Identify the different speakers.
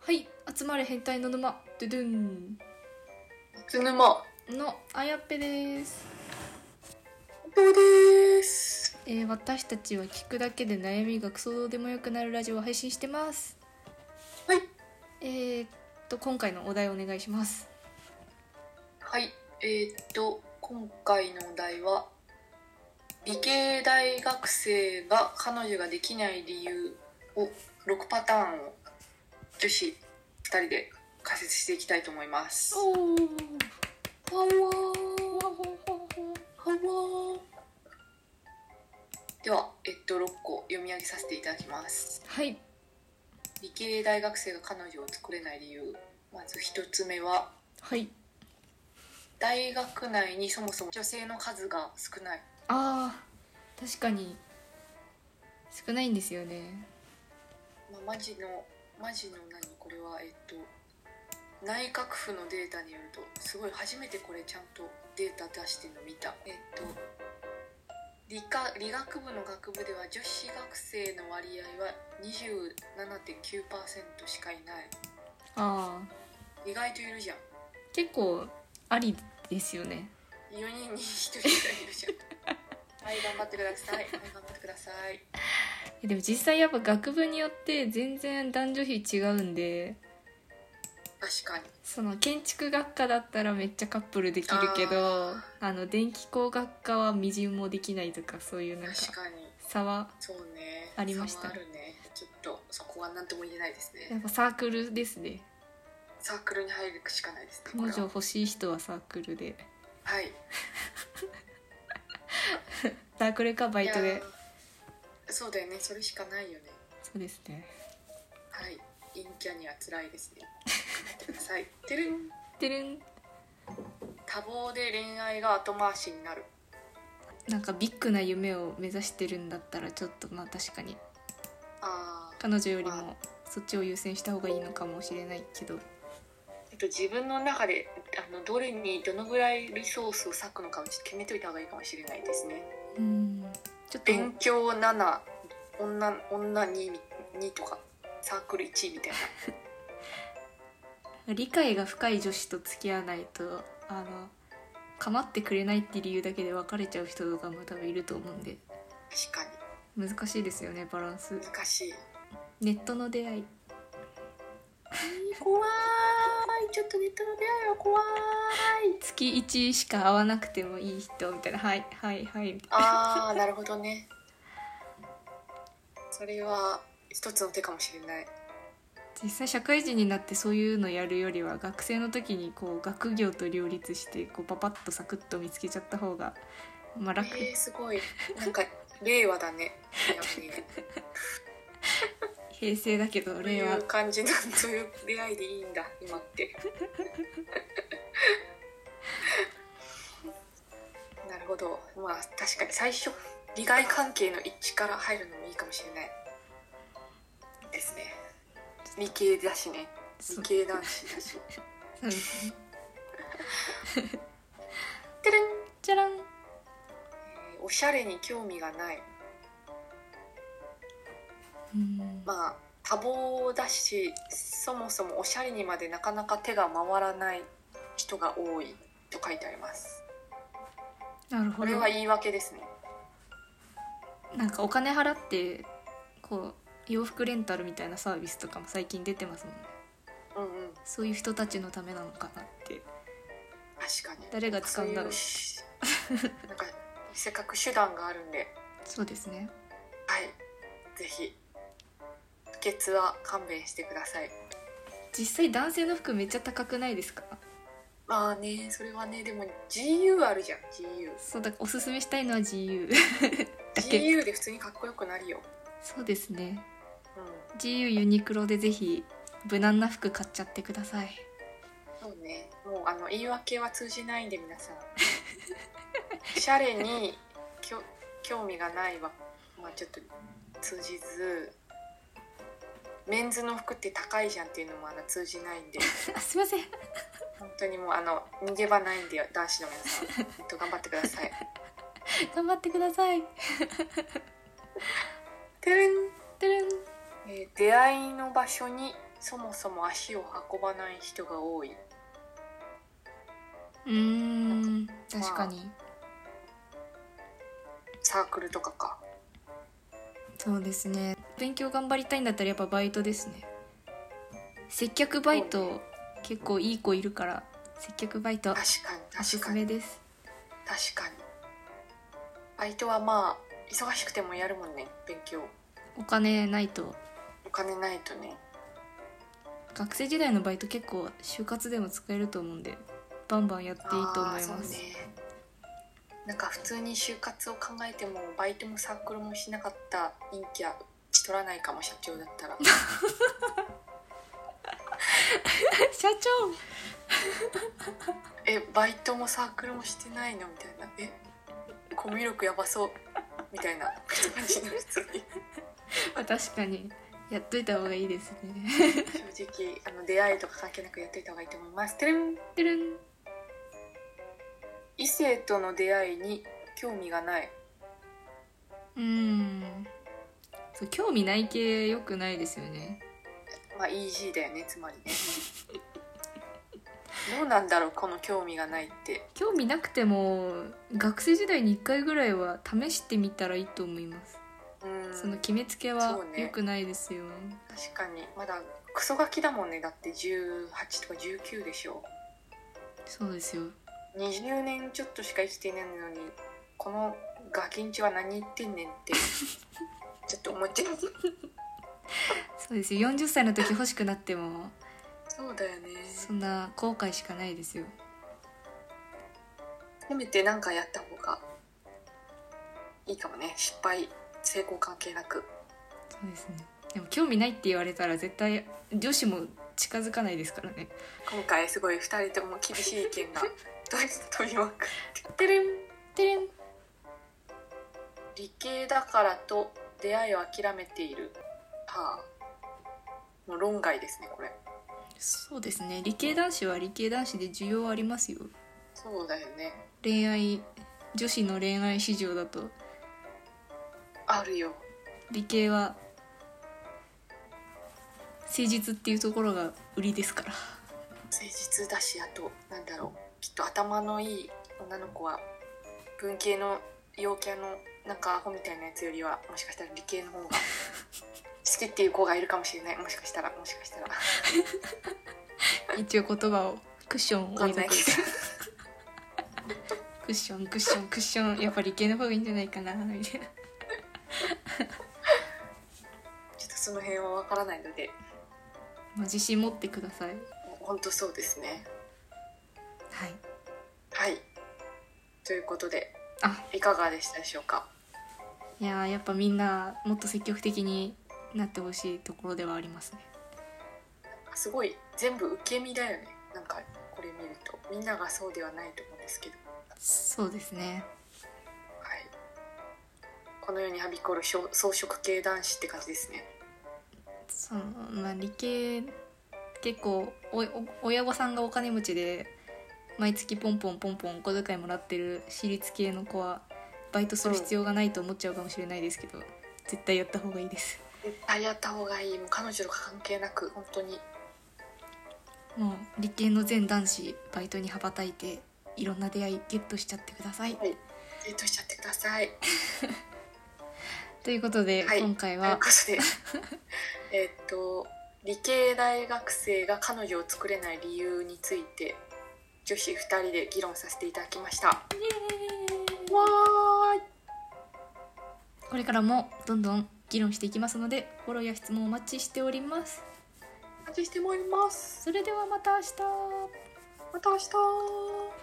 Speaker 1: はい集まれ変態の沼ドゥドゥン
Speaker 2: つぬま。
Speaker 1: のあやっぺです、
Speaker 2: どうです。
Speaker 1: えー私たちは聞くだけで悩みがクソどうでもよくなるラジオを配信してます
Speaker 2: はい。
Speaker 1: えー、っと今回のお題お願いします
Speaker 2: はい。えーっと、今回のお題は、理系大学生が彼女ができない理由を、6パターンを女子2人で解説していきたいと思います。
Speaker 1: おお
Speaker 2: はわーはわーでは、えっと、6個読み上げさせていただきます。
Speaker 1: はい
Speaker 2: 理系大学生が彼女を作れない理由。まず1つ目は、
Speaker 1: はい
Speaker 2: 大学内にそもそも女性の数が少ない
Speaker 1: あー確かに少ないんですよね
Speaker 2: まあ、マジのマジの何これはえっと内閣府のデータによるとすごい初めてこれちゃんとデータ出してるの見たえっと理科理学部の学部では女子学生の割合は27.9%しかいない
Speaker 1: ああ
Speaker 2: 意外といるじゃん
Speaker 1: 結構ありですよね
Speaker 2: 4人に1人ぐらいい るじゃんはい頑張ってくださいはい頑張ってください
Speaker 1: えでも実際やっぱ学部によって全然男女比違うんで
Speaker 2: 確かに
Speaker 1: その建築学科だったらめっちゃカップルできるけどあ
Speaker 2: あ
Speaker 1: の電気工学科はみじんもできないとかそういうなんか
Speaker 2: 確かに
Speaker 1: 差は
Speaker 2: そうね。
Speaker 1: ありました
Speaker 2: 差はあるね。ちょっとそこは何とも言えないです
Speaker 1: や
Speaker 2: ね。
Speaker 1: っぱサークルですね
Speaker 2: サークルに入るしかないですね。
Speaker 1: 彼女
Speaker 2: こ
Speaker 1: 欲しい人はサークルで
Speaker 2: れははい。
Speaker 1: サークルかバイト
Speaker 2: いや
Speaker 1: で
Speaker 2: ー。そうだよね。それしかないよね。
Speaker 1: そうですね
Speaker 2: はい。陰キャには辛いです ね。頑張ってください。てるん。
Speaker 1: てるん
Speaker 2: 多忙で恋愛が後回しになる。
Speaker 1: なんかビッグな夢を目指してるんだったらちょっとまあ確かに
Speaker 2: ああ。
Speaker 1: 彼女よりもそっちを優先した方がいいのかもしれないけど
Speaker 2: えっと自分の中であのどれにどのぐらいリソースを割くのかをちょっと決めといた方がいいかもしれないですね。
Speaker 1: うんちょっと
Speaker 2: 勉強7、女女2み2とかサークル1みたいな。
Speaker 1: 理解が深い女子と付き合わないとあの構ってくれないって理由だけで別れちゃう人とかも多分いると思うんで
Speaker 2: 確かに。
Speaker 1: 難しいですよねバランス
Speaker 2: 難しい
Speaker 1: ネットの出会い
Speaker 2: 怖いちょっとネットの出会いは怖い
Speaker 1: 月1しか会わなくてもいい人みたいなはいはいはいみたいな
Speaker 2: あーなるほどねそれは一つの手かもしれない
Speaker 1: 実際社会人になってそういうのやるよりは学生の時にこう学業と両立してこうパパッとサクッと見つけちゃった方が、まあ、楽
Speaker 2: えー、すごいなんか令和だね
Speaker 1: 平成だけど
Speaker 2: 令
Speaker 1: 令和
Speaker 2: 和いう感じのそういう出会いでいいんだ今って なるほどまあ確かに最初利害関係の一致から入るのもいいかもしれないですね理系だしね
Speaker 1: そ
Speaker 2: 理
Speaker 1: う
Speaker 2: 系 男子だし
Speaker 1: そうですね
Speaker 2: てるん
Speaker 1: じゃらん
Speaker 2: えーおしゃれに興味がない
Speaker 1: うん
Speaker 2: まあ多忙だしそもそもおしゃれにまでなかなか手が回らない人が多いと書いてあります
Speaker 1: なる
Speaker 2: こ
Speaker 1: ほど
Speaker 2: れは言い訳ですね
Speaker 1: なんかお金払ってこう洋服レンタルみたいなサービスとかも最近出てますもんね
Speaker 2: うんうん
Speaker 1: そういう人たちのためなのかなって
Speaker 2: 確かに
Speaker 1: 誰が使うんだろう
Speaker 2: そういう なんかせっかく手段があるんで
Speaker 1: そうですね
Speaker 2: はいぜひ不潔は勘弁してください
Speaker 1: 実際男性の服めっちゃ高くないですか
Speaker 2: まあねそれはねでも GU あるじゃん GU
Speaker 1: そうだおすすめしたいのは GU だけ
Speaker 2: GU で普通にかっこよくなるよ
Speaker 1: そうですね
Speaker 2: うん
Speaker 1: GU ユニクロでぜひ無難な服買っちゃってください
Speaker 2: そうね、もうあの言い訳は通じないんで皆さん。 おしゃれにきょ興味がないは、まあ、ちょっと通じずメンズの服って高いじゃんっていうのもあの通じないんで
Speaker 1: あすいません
Speaker 2: 本当にもうあの逃げ場ないんで男子の皆さん、本当頑張ってください。
Speaker 1: 頑張ってください
Speaker 2: てれん
Speaker 1: てるん
Speaker 2: えー出会いの場所にそもそも足を運ばない人が多い
Speaker 1: うん確かに
Speaker 2: サークルとかか
Speaker 1: そうですね勉強頑張りたいんだったらやっぱバイトですね接客バイ
Speaker 2: そう
Speaker 1: ト結構いい子いるから接客バイト
Speaker 2: 確かに
Speaker 1: おす
Speaker 2: 確
Speaker 1: す
Speaker 2: かに
Speaker 1: めです
Speaker 2: 確かにバイトはまあ忙しくてもやるもんね勉強
Speaker 1: お金ないと
Speaker 2: お金ないとね
Speaker 1: 学生時代のバイト結構就活でも使えると思うんでバンバンやっていいと思います
Speaker 2: あーそうねなんか普通に就活を考えてもバイトもサークルもしなかった陰キャうち取らないかも社長 だったら
Speaker 1: 社長
Speaker 2: えバイトもサークルもしてないのみたいなえコミュ力やばそうみたいな感じの普通に
Speaker 1: まあ確かにやっといた方がいいですね
Speaker 2: 正直あの出会いとか関係なくやっていた方がいいと思いますてれん
Speaker 1: てるん
Speaker 2: 異性との出会いに興味がない
Speaker 1: うんそう興味ない系良くないですよね
Speaker 2: まあ EG だよねつまりね どうなんだろうこの興味がないって
Speaker 1: 興味なくても学生時代に1回ぐらいは試してみたらいいと思います、
Speaker 2: うん
Speaker 1: その決めつけは
Speaker 2: そうね
Speaker 1: 良くないですよ、
Speaker 2: 確かにまだクソガキだもんねだって18とか19でしょ
Speaker 1: そうですよ
Speaker 2: 20年ちょっとしか生きてないのにこのガキんちは何言ってんねんって ちょっと思っちゃう
Speaker 1: そうですよ40歳の時欲しくなっても
Speaker 2: そうだよね
Speaker 1: そんな後悔しかないですよ
Speaker 2: せめて何かやった方がいいかもね失敗成功関係なく
Speaker 1: そうですねでも興味ないって言われたら絶対女子も近づかないですからね
Speaker 2: 今回すごい2人とも厳しい意見が 飛びまくってる
Speaker 1: てれん
Speaker 2: 理系だからと出会いを諦めているはあもう論外ですねこれ
Speaker 1: そうですね理系男子は理系男子で需要ありますよ
Speaker 2: そうだよね
Speaker 1: 恋愛女子の恋愛市場だと
Speaker 2: あるよ
Speaker 1: 理系は誠実っていうところが売りです から
Speaker 2: 誠実だしあとなんだろうきっと頭のいい女の子は文系の陽キャのなんかアホみたいなやつよりはもしかしたら理系の方 が好きっていう子がいるかもしれないもしかしたらもしかしたら
Speaker 1: 一応言葉をクッションを
Speaker 2: 分
Speaker 1: 置
Speaker 2: か
Speaker 1: い
Speaker 2: ん
Speaker 1: と
Speaker 2: な
Speaker 1: く
Speaker 2: いけ
Speaker 1: クッションクッションクッションやっぱ理系の方がいいんじゃないかなみたいな
Speaker 2: どちょっとその辺は分からないので
Speaker 1: まあ自信持ってください
Speaker 2: 本当そうですね
Speaker 1: はい
Speaker 2: はいということで
Speaker 1: あ
Speaker 2: いかがでしたでしょうか
Speaker 1: いやーやっぱみんなもっと積極的になってほしいところではありますね
Speaker 2: すごい全部受け身だよねなんかこれ見るとみんながそうではないと思うんですけど
Speaker 1: そうですね
Speaker 2: はい。この世にはびこる装装飾系男子って感じですね。
Speaker 1: そのまあ理系結構おお親御さんがお金持ちで毎月ポンポンポンポンお小遣いもらってる私立系の子はバイトする必要がないと思っちゃうかもしれないですけど、絶対やった方がいいです
Speaker 2: 絶対やった方がいい。もう彼女とか関係なく、本当に。
Speaker 1: もう理系の全男子バイトに羽ばたいていろんな出会いゲットしちゃってください
Speaker 2: はい。デートしちゃってください。
Speaker 1: ということで、
Speaker 2: はい
Speaker 1: 今回
Speaker 2: という
Speaker 1: は
Speaker 2: ことで、 えっと、理系大学生が彼女を作れない理由について、女子2人で議論させていただきました。わーい。
Speaker 1: これからもどんどん議論していきますのでフォローや質問お待ちしております
Speaker 2: お待ちしております。
Speaker 1: それではまた明日
Speaker 2: また明日。